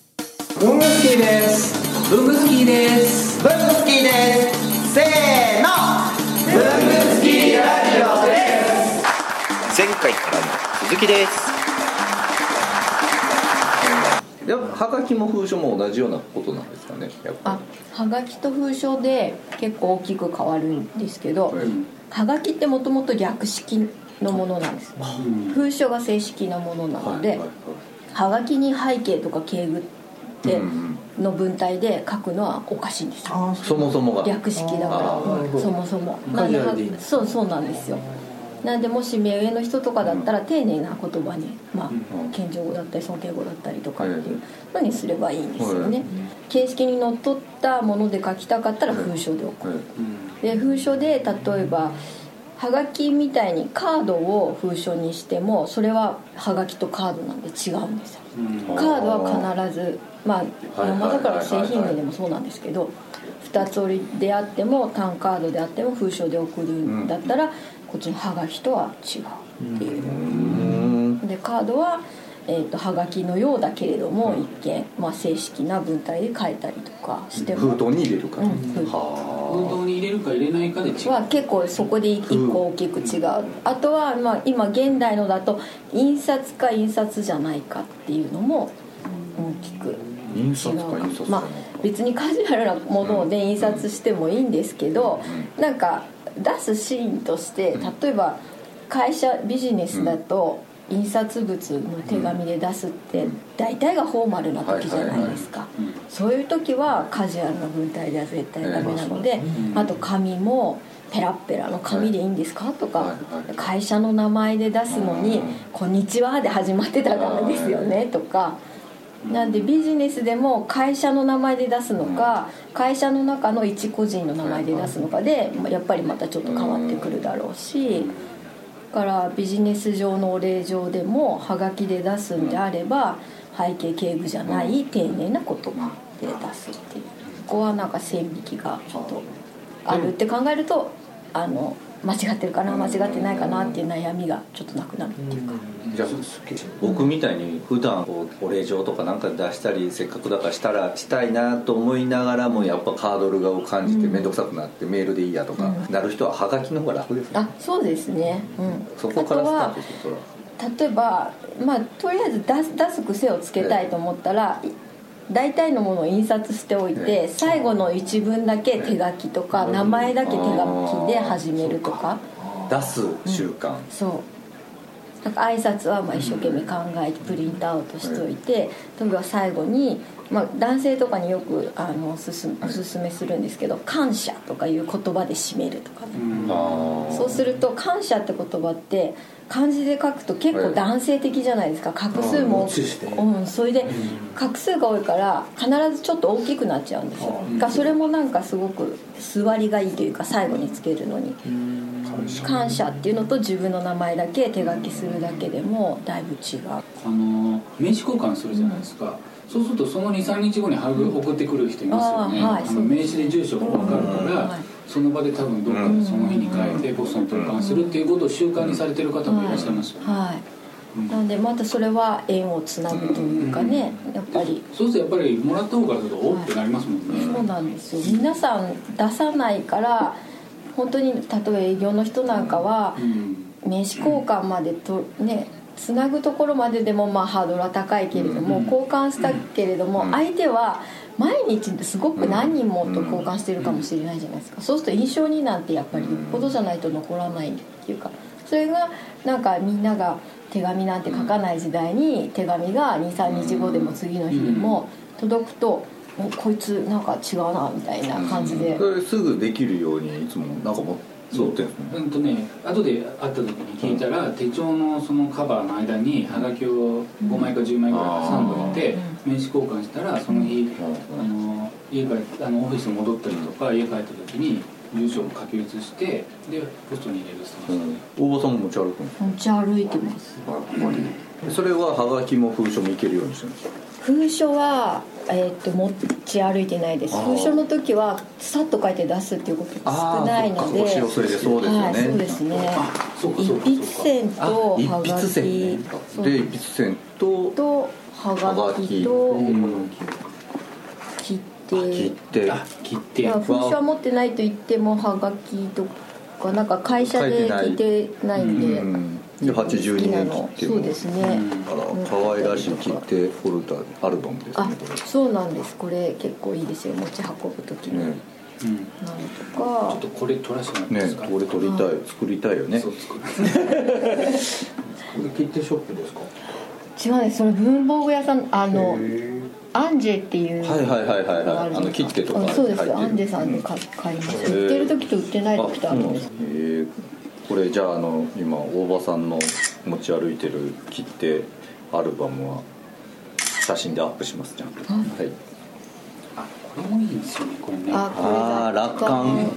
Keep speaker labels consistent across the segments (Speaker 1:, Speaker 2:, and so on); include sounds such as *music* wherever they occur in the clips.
Speaker 1: 文具好きです
Speaker 2: 文具好きです
Speaker 1: 文具好きですせーの文具好きラジオです
Speaker 3: 前回からの続きです
Speaker 2: でもはがきも封書も同じようなことなんですかねやっ
Speaker 4: あ
Speaker 2: ぱ
Speaker 4: はがきと封書で結構大きく変わるんですけど、
Speaker 2: り
Speaker 4: はがきってもともと略式のものなんです、封書が正式なものなので、はがきに背景とか敬具って
Speaker 2: うんうん
Speaker 4: の文体で書くのはおかしいんですよ、
Speaker 2: そもそもが
Speaker 4: 略式だ
Speaker 2: あーな
Speaker 4: からそもそも
Speaker 1: カジュア
Speaker 4: な
Speaker 1: ル
Speaker 4: ん
Speaker 1: でいい
Speaker 4: ではそうそうなんですよなんでもし目上の人とかだったら丁寧な言葉に、ま
Speaker 2: うん
Speaker 4: あ、謙譲語だったり尊敬語だったりとかっていうのにすればいいんですよね、
Speaker 2: はい
Speaker 4: 形式にのっとったもので書きたかったら封書で送る、
Speaker 2: はい
Speaker 4: で封書で例えばはがきみたいにカードを封書にしてもそれははがきとカードなんで違うんですよカードは必ずまあ
Speaker 2: はい
Speaker 4: 山だから製品
Speaker 2: はい
Speaker 4: 名でもそうなんですけど2つ折りであっても単カードであっても封書で送るんだったらこっちのはがきとは違うっていう
Speaker 2: うん
Speaker 4: でカードは、えー、とはがきのようだけれども一見、まあ、正式な文体で書いたりとかしても
Speaker 2: 封筒に入れるから、
Speaker 4: うん封筒
Speaker 2: は
Speaker 5: 運動に入れるか入れないかで違う
Speaker 4: は結構そこで一個大きく違う、あとはまあ今現代のだと印刷か印刷じゃないかっていうのも大きく違う
Speaker 2: あ印刷か印刷か
Speaker 4: まあ別にカジュアルなもので印刷してもいいんですけど、なんか出すシーンとして例えば会社ビジネスだと印刷物の手紙で出すって大体がフォーマルな時じゃないですかそういう時はカジュアルな文体では絶対ダメなので、あと紙もペラッペラの紙でいいんですかとか、
Speaker 2: はいはい
Speaker 4: 会社の名前で出すのに
Speaker 2: うん
Speaker 4: 「こんにちは」で始まってたらダメですよねとか。なんでビジネスでも会社の名前で出すのか会社の中の一個人の名前で出すのかでまあやっぱりまたちょっと変わってくるだろうしだからビジネス上のお礼状でもはがきで出すんであれば背景警部じゃない丁寧な言葉で出すっていうここはなんか線引きがちょっとあるって考えるとあの間違ってるかな間違ってないかなっていう悩みがちょっとなくなるっていうか。
Speaker 2: いじゃあ僕みたいに普段こうお礼状とかなんか出したりせっかくだからしたらしたいなと思いながらもやっぱハードルがを感じて面倒くさくなってメールでいいやとかなる人ははがきの方が楽ですね
Speaker 4: あそうですね、うん、
Speaker 2: そこから
Speaker 4: あ
Speaker 2: スタ
Speaker 4: とは
Speaker 2: ートするから
Speaker 4: 例えばまあとりあえず出す出す癖をつけたいと思ったら、い大体のものを印刷しておいて、
Speaker 2: ええ
Speaker 4: 最後の一文だけ手書きとか、名前だけ手書きで始めるとか
Speaker 2: 出す習慣、
Speaker 4: そうなんか挨拶はまあ一生懸命考えてプリントアウトしておいて、例えば最後に、まあ、男性とかによくあのおすすおすすめするんですけど「感謝」とかいう言葉で締めるとかね、
Speaker 2: あー
Speaker 4: そうすると「感謝」って言葉って漢字で書くと結構男性的じゃないですか画数
Speaker 2: あ
Speaker 4: も
Speaker 2: ー落ちて
Speaker 4: うん、それで画数が多いから必ずちょっと大きくなっちゃうんですよがそれもなんかすごく座りがいいというか最後につけるのに「感謝」っていうのと自分の名前だけ手書きするだけでもだいぶ違う
Speaker 5: あの名刺交換するじゃないですか、そうするとその23日後にハグ送ってくる人いますよね、
Speaker 4: あーはい
Speaker 5: あの名刺で住所が分かるから、
Speaker 4: うんはい
Speaker 5: その場で多分どっかでその日に変えてポストに投函するっていうことを習慣にされてる方もいらっしゃいますよね、
Speaker 4: はいなんでまたそれは縁をつなぐというかねやっぱり
Speaker 5: そうするとやっぱりもらった方からするとおってなりますもんね、
Speaker 4: そうなんですよ皆さん出さないから本当に例えば営業の人なんかは
Speaker 5: うん
Speaker 4: 名刺交換までとねつなぐところまででもまあハードルは高いけれども交換したけれども相手は毎日すごく何人もと交換してるかもしれないじゃないですかそうすると印象になんてやっぱりよっぽどじゃないと残らないっていうかそれがなんかみんなが手紙なんて書かない時代に手紙が23日後でも次の日にも届くと「おこいつなんか違うな」みたいな感じで。
Speaker 2: それすぐできるようにいつもなんかも持ってるんですね
Speaker 5: うんとね後で会った時に聞いたら、手帳のそのカバーの間にハガキを5枚か10枚ぐらい挟んどいて、名刺交換したらその日、あの家帰あのオフィス戻ったりとか家帰った時に住所を書き写してでポストに入れるって言ってまし
Speaker 2: 大場さんも持ち歩くんです
Speaker 4: 持ち歩いてます
Speaker 2: かやっぱりそれははがきも封書もいけるようにしてるんですか
Speaker 4: 封書は、えー、と持ち歩いてないです
Speaker 2: あー
Speaker 4: 封書の時はさっと書いて出すっていうことが少ないので
Speaker 2: あーそっか腰を据えてそうですよね、
Speaker 4: はい、そうですね
Speaker 5: あそうかそうか
Speaker 4: 一筆線と
Speaker 2: あ一
Speaker 4: はが
Speaker 2: 筆
Speaker 4: き
Speaker 2: 線ね
Speaker 4: そう
Speaker 2: で一筆線と
Speaker 4: とはがきと
Speaker 2: はがき
Speaker 5: た、うん
Speaker 4: って
Speaker 2: 切って
Speaker 5: あ切って
Speaker 4: まあ封書は持ってないと言ってもはがきとかなんか会社で聞いてないんで
Speaker 2: うんで82年切って
Speaker 4: そうですね、
Speaker 5: うん
Speaker 2: あら可愛らしい切ってフォルダアルバムです
Speaker 4: あ
Speaker 2: ねこれ
Speaker 4: そうなんですこれ結構いいですよ持ち運ぶ時に、
Speaker 2: ね
Speaker 5: うんち
Speaker 4: なのと
Speaker 5: ょ
Speaker 4: か
Speaker 5: っとこれ取らせてもらっていいで
Speaker 2: ね
Speaker 5: すか
Speaker 2: これ撮りたい作りたいよね
Speaker 5: そう作るこれ切手ショップですか
Speaker 4: 違うんですそれ文房具屋さんあの
Speaker 2: へ
Speaker 4: アンジェっていう
Speaker 2: はいはいはいはいはい
Speaker 4: あるじ
Speaker 2: あ
Speaker 4: ゃない
Speaker 2: の切手とか
Speaker 4: うんそうで
Speaker 2: 入
Speaker 4: す
Speaker 2: ってる
Speaker 4: アンジェさんで買買いました
Speaker 2: へー
Speaker 4: 売ってる時と売ってない時とあるんです
Speaker 2: そうなんですねえーこれじゃああの今大場さんの持ち歩いてる切手アルバムは写真でアップしますじゃんと、はい、
Speaker 5: あこれもいいんですよねこれね
Speaker 4: あこれだ
Speaker 2: あー楽観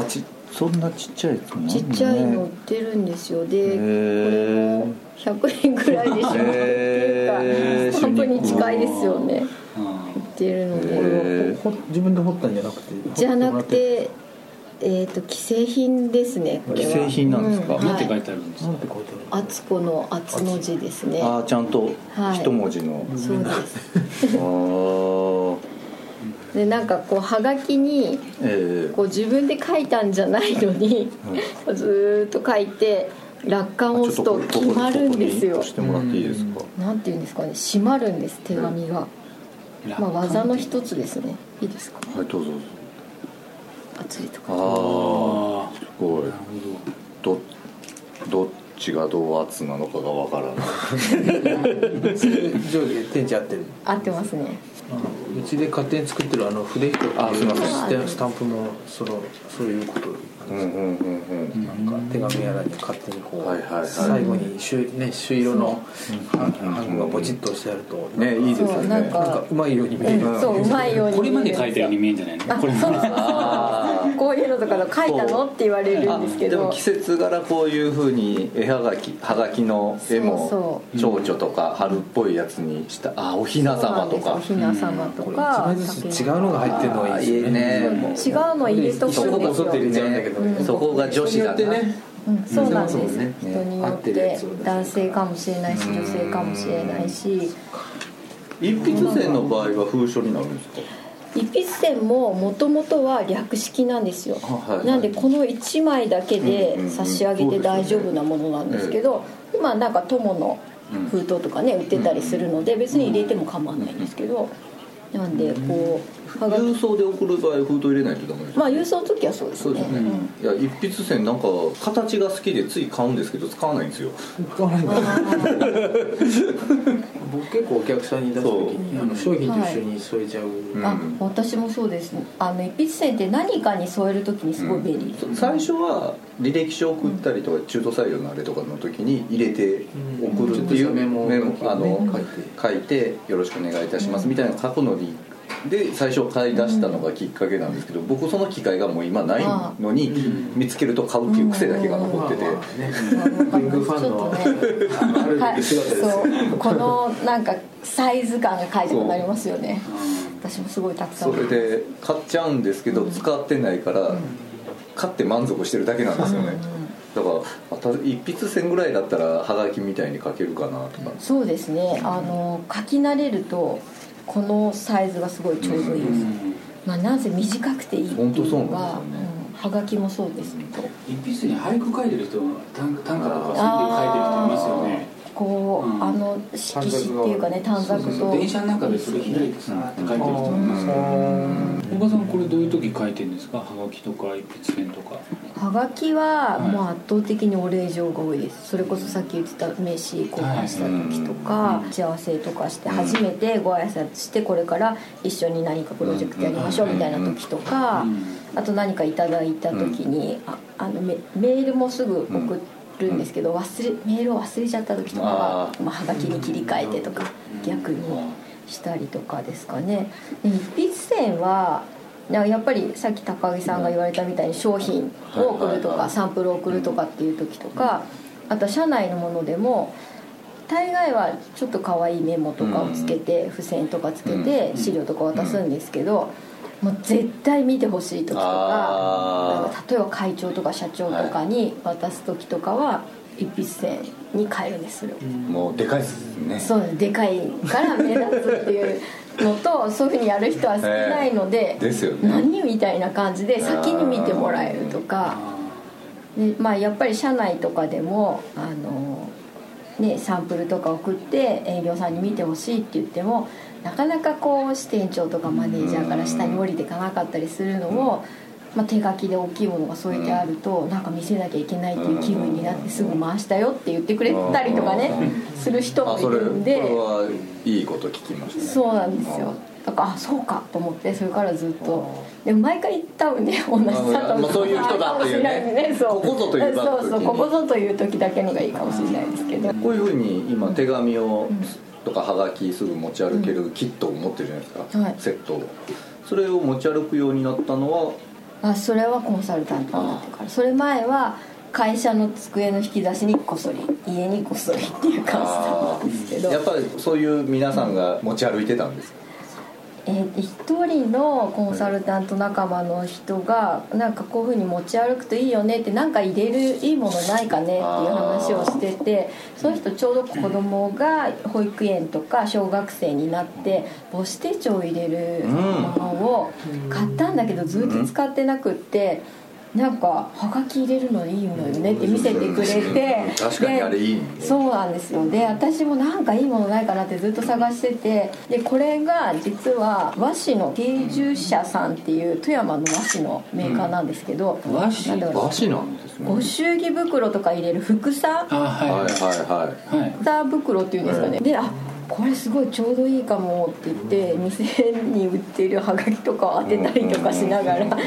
Speaker 2: あちそんなちっちゃいやつもあんのね
Speaker 4: ちっちゃいの売ってるんですよ
Speaker 2: へ
Speaker 4: でこれ
Speaker 2: ー
Speaker 4: も100円ぐらいでしょってい
Speaker 2: へ
Speaker 4: う
Speaker 2: ー
Speaker 4: か本当に近いですよね
Speaker 5: あ
Speaker 4: 売ってるの
Speaker 2: へ
Speaker 4: で
Speaker 2: ー
Speaker 6: ほ自分で掘ったんじゃなくて
Speaker 4: じゃなくてえっと既製品ですねこれは
Speaker 2: 既製品なんですか
Speaker 4: う
Speaker 5: なん
Speaker 4: は
Speaker 5: て書い
Speaker 4: い
Speaker 5: てあるんです
Speaker 6: な
Speaker 5: か
Speaker 6: んて書いてあ
Speaker 4: あ
Speaker 6: る
Speaker 4: つこの「あつ」の字ですね
Speaker 2: あーちゃんと
Speaker 4: はい
Speaker 2: 一文字の、
Speaker 4: そうです
Speaker 2: あ
Speaker 4: でなんかこうはがきに
Speaker 2: あえ
Speaker 4: こう自分で書いたんじゃないのに、ずーっと書いて楽
Speaker 2: え
Speaker 4: 観を押すと決まるんですよ
Speaker 2: 押してもらっていいですか、
Speaker 4: なんていうんですかね締まるんです手紙が、まあ、技の一つですねいいですか
Speaker 2: はいどうぞどうぞ
Speaker 4: 熱いとか
Speaker 2: あ
Speaker 5: あ
Speaker 2: あすごい
Speaker 5: あなるほど
Speaker 2: どどっちがどう圧なのかがわからない
Speaker 4: *laughs*
Speaker 6: 上下手に合ってる
Speaker 4: 合ってますね
Speaker 6: うちで勝手に作ってるあの筆人あ
Speaker 2: あすいません
Speaker 6: ステスタンプもそのそういうことなんです
Speaker 2: うんうんうん
Speaker 6: なんか手紙やらに勝手にこう、
Speaker 2: はいはいはい
Speaker 6: 最後に朱,、ね、朱色のハングがポチッとしてあると、
Speaker 2: ねいいです
Speaker 4: そ
Speaker 2: よ
Speaker 4: うな
Speaker 2: ね
Speaker 4: ん
Speaker 6: なんか
Speaker 4: か
Speaker 6: うまいように見
Speaker 4: う
Speaker 6: える、
Speaker 4: んそううまいように
Speaker 5: これまで書
Speaker 4: 書
Speaker 5: いたように見えんじゃないの
Speaker 4: あ
Speaker 5: こ
Speaker 4: そう
Speaker 5: れ
Speaker 4: そうそうそうこういうのとかの書いたのって言われるんですけ
Speaker 2: でも
Speaker 4: ど
Speaker 2: 季節柄こういうふうに絵はがきはがきの絵も
Speaker 4: そう
Speaker 2: 蝶々とか春っぽいやつにしたあおひな
Speaker 4: そうな
Speaker 2: 様
Speaker 4: ん
Speaker 2: と
Speaker 4: です
Speaker 2: か
Speaker 4: おひな様と
Speaker 6: これ一
Speaker 4: か
Speaker 6: 枚ずつ違うのが入ってるのがいいですよ
Speaker 2: あ
Speaker 6: ね
Speaker 2: ーいいね
Speaker 4: 違うの入れとくんです
Speaker 6: そこ
Speaker 4: よ
Speaker 6: も外入れちゃうんだけど、
Speaker 4: うん
Speaker 2: そこが女子だな、 *laughs*
Speaker 4: うんそうなんです、
Speaker 6: そうね
Speaker 4: 人によ
Speaker 6: 合
Speaker 4: っ
Speaker 6: ってるや
Speaker 4: て
Speaker 6: つを出す
Speaker 4: 男性かもしれないし女性かもしれないし
Speaker 2: 一筆線の場合は封書になるんですか
Speaker 4: 一筆線ももともとは略式なんですよ、
Speaker 2: はいはい
Speaker 4: なんでこの1枚だけ
Speaker 2: うんうんう
Speaker 4: で
Speaker 2: ん
Speaker 4: 差し上げて大丈夫なものなんですけど、今なんか友の封筒とかね売ってたりするので別に入れても構わないんですけどなんでこうはが
Speaker 2: 郵送で送る場合封筒入れないとダメですか
Speaker 4: まあ郵送の時はそうです
Speaker 2: そう
Speaker 4: ね
Speaker 2: ですね、いや一筆線なんか形が好きでつい買うんですけど使わないんですよ
Speaker 6: 使わないんだ僕結構お客さんに出す時にあの商品と一緒に添えちゃう、
Speaker 2: ん
Speaker 4: あ私もそうですあの一筆線って何かに添える時にすごい便利です、
Speaker 2: 最初は履歴書送ったりとか中途採用のあれとかの時に入れて送るっていう
Speaker 6: うん
Speaker 2: メモ
Speaker 6: メモ
Speaker 2: あの
Speaker 6: 書い
Speaker 2: 書いて「よろしくお願いいたします」みたいな過去のりで最初買い出したのがきっかけなんですけど僕その機会がもう今ないのに見つけると買うっていう癖だけが残ってて
Speaker 6: まあまあね
Speaker 4: なん
Speaker 6: ビングファンの
Speaker 4: ちょっとね
Speaker 6: ある
Speaker 4: は
Speaker 6: べ
Speaker 4: い、
Speaker 6: き姿ですよ
Speaker 4: そうこのなんかサイズ感が書いてくなりますよね私もすごいたくさん
Speaker 2: それで買っちゃうんですけど使ってないから買って満足してるだけなんですよねだからあた一筆線ぐらいだったらはがきみたいに書けるかなとか
Speaker 4: そうですねあの書き慣れるとこのサイズがすごいちょうどいいです、まあ、なんせ短くていいっていう
Speaker 2: 本当そう
Speaker 4: の
Speaker 2: な
Speaker 4: が
Speaker 2: んですよね
Speaker 4: うんはがきもそうですけど
Speaker 5: 一筆に俳句書いてる人短短歌とか
Speaker 4: あー
Speaker 5: そういうの書いてる人いますよね
Speaker 4: こう、
Speaker 5: うん
Speaker 4: あの色紙っていうかね短冊
Speaker 5: そうそう
Speaker 4: と
Speaker 5: 電車の中でそれ開いてさーって書いてる人いますよねおばさんこれどういう時書いてるんですかはがきとか一筆線とか
Speaker 4: はがきは
Speaker 5: はい
Speaker 4: もう圧倒的にお礼状が多いですそれこそさっき言ってた名刺交換した時とか打ち合わせとかして初めてご挨拶してこれから一緒に何かプロジェクトやりましょうみたいな時とかあと何かいただいた時にああのメメールもすぐ送るんですけど忘れメールを忘れちゃった時とかは
Speaker 2: あ
Speaker 4: まあはがきに切り替えてとか逆にしたりとかですかね。で一筆線はなやっぱりさっき高木さんが言われたみたいに商品を送ると
Speaker 2: はいはいは
Speaker 4: か
Speaker 2: い
Speaker 4: サンプルを送るとかっていう時とかあとは社内のものでも大概はちょっと可愛いメモとかをつけて付箋とかつけて資料とか渡すんですけどもう絶対見てほしい時とか
Speaker 2: あー
Speaker 4: なんか例えば会長とか社長とかに渡す時とかは一筆線に変えるんですそれを。
Speaker 2: もうでかいですね
Speaker 4: そうですでかいから目立つっていうの
Speaker 2: *laughs*
Speaker 4: とそういうふうにやる人は少ないので、
Speaker 2: えーですよね
Speaker 4: 何みたいな感じで先に見てもらえるとかで、まあ、やっぱり社内とかでもあの、ね、サンプルとか送って営業さんに見てほしいって言ってもなかなかこう支店長とかマネージャーから下に降りていかなかったりするのを。まあ、手書きで大きいものが添えてあるとなんか見せなきゃいけないっていう気分になってすぐ回したよって言ってくれたりとかねする人
Speaker 2: あ
Speaker 4: もい
Speaker 2: それこ
Speaker 4: るんで
Speaker 2: れはいいこと聞きましたね
Speaker 4: そうなんですよだからあそうかと思ってそれからずっとでも毎回多分ね同じ佐藤
Speaker 2: あまあそういう人だっていうね
Speaker 4: かもしれないですそ
Speaker 2: こ
Speaker 4: う
Speaker 2: こぞという場の時
Speaker 4: そ
Speaker 2: に
Speaker 4: うそうここぞという時だけのがいいかもしれないですけど
Speaker 2: こういうふうに今手紙をとかはがきすぐ持ち歩けるキットを持ってるじゃないですか、
Speaker 4: はい
Speaker 2: セットをそれを持ち歩くようになったのは
Speaker 4: あそれはコンサルタントになってからそれ前は会社の机の引き出しにこっそり家にこっそりっていう感じだったんですけど
Speaker 2: やっぱりそういう皆さんが持ち歩いてたんですか
Speaker 4: えー一人のコンサルタント仲間の人がなんかこういうふうに持ち歩くといいよねってなんか入れるいいものないかねっていう話をしててその人ちょうど子供が保育園とか小学生になって母子手帳を入れるものを買ったんだけどずっと使ってなくって。なんかはがき入れるのいいのよねって見せてくれて
Speaker 2: 確かにあれいいね
Speaker 4: でそうなんですよで私もなんかいいものないかなってずっと探しててでこれが実は和紙の芸術社さんっていう富山の和紙のメーカーなんですけど、
Speaker 5: 和紙
Speaker 4: なんだろう
Speaker 2: 和紙なんですね
Speaker 4: ご祝儀袋とか入れる福さ
Speaker 5: あはい
Speaker 2: はい
Speaker 5: は
Speaker 2: はい
Speaker 5: い
Speaker 2: はい
Speaker 5: はい
Speaker 4: 福さ袋っていうんですかね、であこれすごいちょうどいいかもって言って店に売ってるはがきとかを当てたりとかしながら確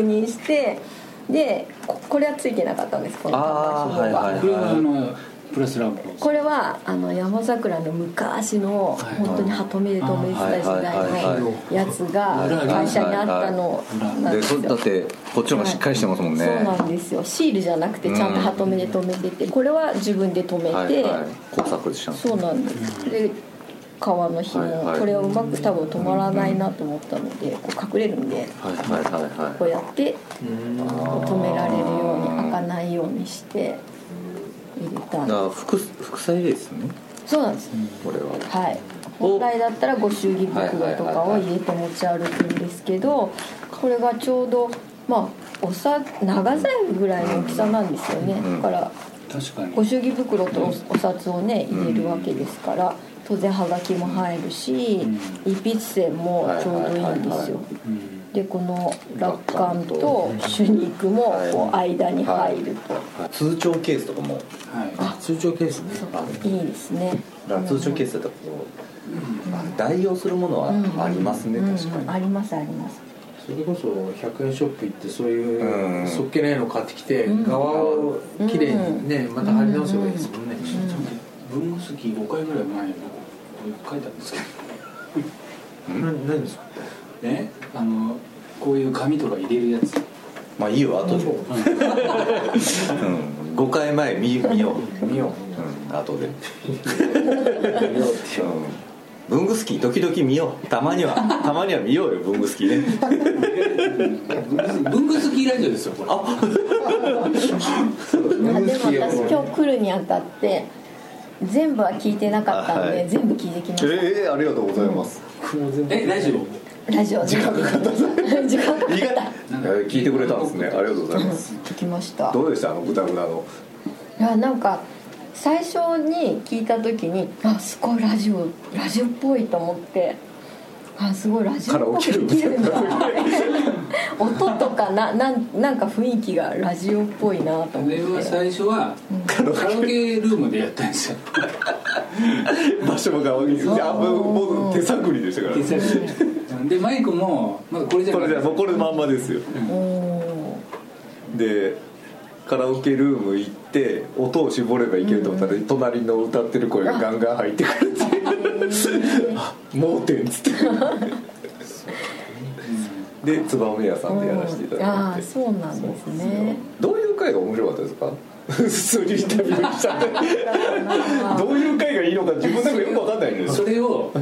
Speaker 4: 認してでここれはついてなかったんですこの
Speaker 2: あー
Speaker 4: 紐が
Speaker 2: はいはい
Speaker 5: これはあのプラスラボ
Speaker 4: これはあの山桜の昔の
Speaker 5: はい
Speaker 4: 本当に鳩目で止めてた時代のやつが会社にあったのなん
Speaker 2: で
Speaker 4: です
Speaker 2: そ
Speaker 4: よ
Speaker 2: だってこっちの方がしっかりしてますもんね、
Speaker 4: そうなんですよシールじゃなくてちゃんと鳩目で止めててこれは自分で止めて、
Speaker 2: はいはい、工作したんです
Speaker 4: そうなんですで革の紐、
Speaker 2: はいはい
Speaker 4: これはうまく多分止まらないなと思ったのでこう隠れるんで
Speaker 2: はいはいはいはい
Speaker 4: こうやってこう止められるように開かないようにして
Speaker 2: だ
Speaker 4: 入れたんで
Speaker 2: から副副菜ですね
Speaker 4: そうなんです
Speaker 2: これは
Speaker 4: はい、
Speaker 2: お
Speaker 4: 本来だったらご祝儀袋とかを入れて持ち歩くんですけどこれがちょうどまあおさ長財布ぐらいの大きさなんですよね、
Speaker 2: ん
Speaker 4: だから
Speaker 5: 確かに
Speaker 4: ご祝儀袋とおお札をね入れるわけですから当然はがきも入るし一筆線もちょうどいいんですよ
Speaker 5: うん
Speaker 4: でこの楽観と朱肉もこう間に入ると
Speaker 2: 通帳ケースとかも
Speaker 5: は
Speaker 6: 通帳ケースね
Speaker 4: いいですね
Speaker 2: だから通帳ケースだとこう、あ代用するものはありますね、
Speaker 4: うんうん
Speaker 2: 確かに、
Speaker 4: ありますあります
Speaker 6: それこそ100円ショップ行ってそう
Speaker 2: う
Speaker 6: い
Speaker 2: ん
Speaker 6: うそっけないの買ってきて側をきれいにねまた貼り直せばいいですもんね
Speaker 5: い文具好き5回ぐらい前に僕書いたんですけど
Speaker 6: な何ですか
Speaker 5: ねあのこういう紙とか入れるやつ
Speaker 2: まあいいよ後で、うん、5回前見見よう
Speaker 6: 見よ
Speaker 2: うん後でうん文具好き時々見ようたまにはたまには見ようよ文具好きね
Speaker 5: 文具好きラジオですよこれあ
Speaker 4: あでも私今日来るにあたって全部は聞いてなかったんで、
Speaker 2: はい
Speaker 4: 全部聞いてきまし
Speaker 2: えありがとうございます、
Speaker 5: えラジオ
Speaker 4: たラジオで時間かかった時間かかっ
Speaker 2: 意外えー聞いてくれたんですねありがとうござい
Speaker 4: た
Speaker 2: ます、
Speaker 4: 聞きました
Speaker 2: どうでしたあのグダグダの
Speaker 4: いやなんか最初に聞いた時にあすごいラジオラジオっぽいと思ってあすごいラジオっぽくできるんだ音とかななんなんか雰囲気がラジオっぽいなと
Speaker 5: あ
Speaker 4: 思っ
Speaker 5: れは
Speaker 4: て
Speaker 5: 最初はカラオケルームでやった
Speaker 2: *laughs*
Speaker 5: んですよ
Speaker 2: 場所も変わりですあ僕手探りでしたから
Speaker 5: 手先ででマイクもまだこれじゃ
Speaker 2: こ
Speaker 5: な
Speaker 2: れ
Speaker 5: い
Speaker 2: じゃもうこれまんまですよ
Speaker 4: お
Speaker 2: でカラオケルーム行って音を絞ればいけると思ったら、隣の歌ってる声がガンガン入ってくるってあ *laughs* 盲点っつってで燕屋さんでやらせていた
Speaker 4: ー
Speaker 2: だ
Speaker 4: あ
Speaker 2: い
Speaker 4: ー
Speaker 2: て
Speaker 4: そうなんですね
Speaker 2: どういう回が面白かったですか普通にインタビューしちゃってどういう回がいいのか自分でもよく分かんないんです *laughs*
Speaker 5: それを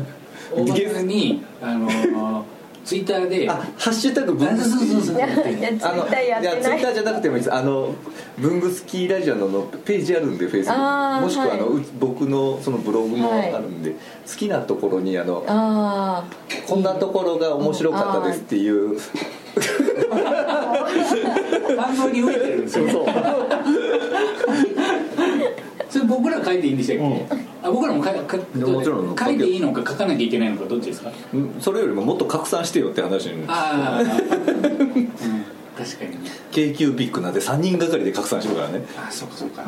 Speaker 5: 大げさにあの違ツイッターで
Speaker 2: あハッシュタグ文具
Speaker 5: そうそうそ
Speaker 2: 好
Speaker 5: うそ
Speaker 2: き
Speaker 5: う
Speaker 4: いやツイ
Speaker 2: あの
Speaker 4: ッターやっ
Speaker 2: いや
Speaker 4: て
Speaker 2: ツイ
Speaker 4: な
Speaker 2: ッター
Speaker 4: い
Speaker 2: じゃなくてもいいですあの文具スキーラジオののページあるんでフェイスブッ
Speaker 4: あー
Speaker 2: クもしくは
Speaker 4: はい
Speaker 2: あの、う僕のそのブログも
Speaker 4: はい
Speaker 2: あるんで、好きなところにあの
Speaker 4: あ
Speaker 2: こんなところが面白かったですっていう
Speaker 5: 感動に飢えてるんですよ
Speaker 2: そう
Speaker 5: *laughs* それ僕ら書いていいんでしたっけ、あ僕らも書い書
Speaker 2: やもちろん
Speaker 5: 書いていいのか書かなきゃいけないのかどっちですか
Speaker 2: うんそれよりももっと拡散してよって話に
Speaker 5: ああ、 *laughs* うん、確かにね
Speaker 2: k q ビッグなんて3人がかりで拡散してるからね
Speaker 5: あそうかそうか、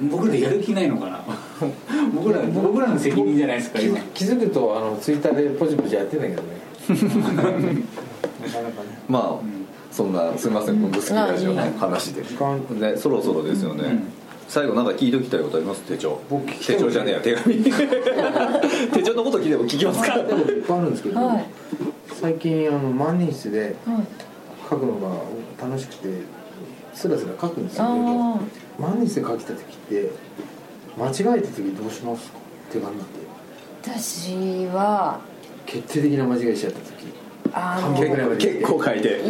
Speaker 5: 僕らやる気ないのかな *laughs* 僕ら僕らの責任じゃないですか今
Speaker 6: 気づくとあのツイッターでポチポチやってんだけ
Speaker 4: *laughs*
Speaker 6: どねなかなかね
Speaker 2: まあ、そんなすみません文具スキーラジオの話で、でそろそろですよね、
Speaker 5: ん
Speaker 2: 最後なんか聞いときたいことあります手帳
Speaker 6: 僕聞き
Speaker 2: 手
Speaker 6: たいこ
Speaker 2: 帳
Speaker 6: と
Speaker 2: じゃねえや手紙手帳のこと聞いても聞きますか
Speaker 6: でもいっぱいあるんですけ
Speaker 4: あ
Speaker 6: ど、
Speaker 4: はい
Speaker 6: 最近あの万年筆で
Speaker 4: はい
Speaker 6: 書くのが楽しくてスラスラ書くんですけ
Speaker 4: あ
Speaker 6: ど万年筆で書きた時って間違えた時どうしますか手紙って
Speaker 4: 私は
Speaker 6: 決定的な間違いしちゃった時
Speaker 4: あ
Speaker 6: 関係
Speaker 4: の
Speaker 6: ない
Speaker 2: 結構書いて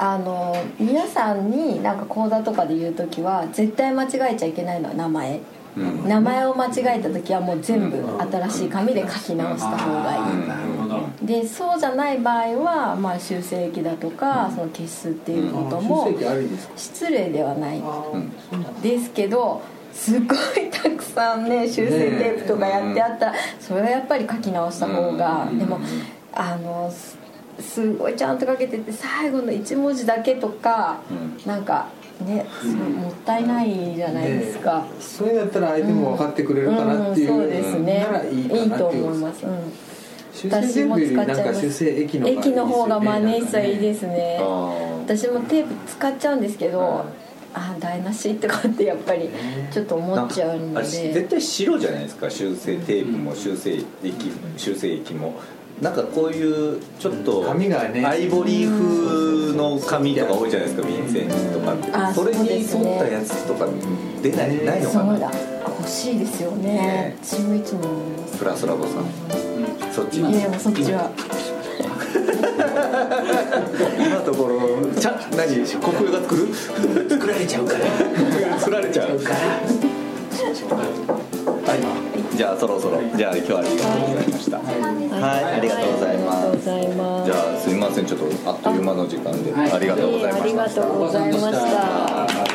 Speaker 4: あの皆さんになんか講座とかで言う時は絶対間違えちゃいけないのは名前、
Speaker 2: うん
Speaker 4: 名前を間違えた時はもう全部
Speaker 6: うん
Speaker 4: 新しい紙で書き直した方がいい、
Speaker 5: あーなるほど
Speaker 4: でそうじゃない場合は、まあ、修正液だとか、その消すっていうことも
Speaker 6: 修正期あるんですか
Speaker 4: 失礼ではない
Speaker 6: あ
Speaker 2: うん
Speaker 6: ーそうなんだ
Speaker 4: ですけどすごいたくさんね修正テープとかやってあったら、それはやっぱり書き直した方が、
Speaker 2: うん
Speaker 4: でもあのすすごいちゃんと書けてて最後の1文字だけとか、
Speaker 2: う
Speaker 4: なんかねすごいもったいないじゃないですか。
Speaker 6: それだったら相手も分かってくれるかなっていう、
Speaker 4: うんそうですね
Speaker 6: ならいいか
Speaker 4: いい
Speaker 6: な
Speaker 4: と
Speaker 6: っていう
Speaker 4: 思います、うん、
Speaker 6: 修正全部よりなん
Speaker 4: 私も使っちゃい
Speaker 6: か
Speaker 4: ます
Speaker 6: 修正液の方がいいですよね
Speaker 4: 駅の方がマネージはいいですね
Speaker 2: あー
Speaker 4: 私もテープ使っちゃうんですけど、ああ台無しとかってやっぱりちょっと思っちゃう
Speaker 2: なんか
Speaker 4: の
Speaker 2: あれ
Speaker 4: で
Speaker 2: 絶対白じゃないですか修正テープも修正液、修正液もなんかこういうちょっと
Speaker 6: 紙がね
Speaker 2: アイボリー風の紙とか多いじゃないですか便箋とかって
Speaker 4: あ
Speaker 2: それ
Speaker 4: そう
Speaker 2: に
Speaker 4: ですね
Speaker 2: 沿ったやつとか出ない,、ないのか
Speaker 4: そう
Speaker 2: な
Speaker 4: だ欲しいですよ
Speaker 2: ね
Speaker 4: ね私もいつも思います
Speaker 2: プラスラボさんそっち
Speaker 5: 今
Speaker 4: いやもうそっちは
Speaker 2: 今のところちゃ *laughs* 何コクが作る
Speaker 5: 作られちゃうから
Speaker 2: 作られちゃうはいじゃあそろそろじゃあ今日はありがとうございましたはいありがとうございます
Speaker 4: ありがとうございま
Speaker 2: じ
Speaker 4: す
Speaker 2: ゃあすいませんちょっとあっという間の時間で
Speaker 5: はい
Speaker 2: ありがとうございました
Speaker 4: ありがとうございました。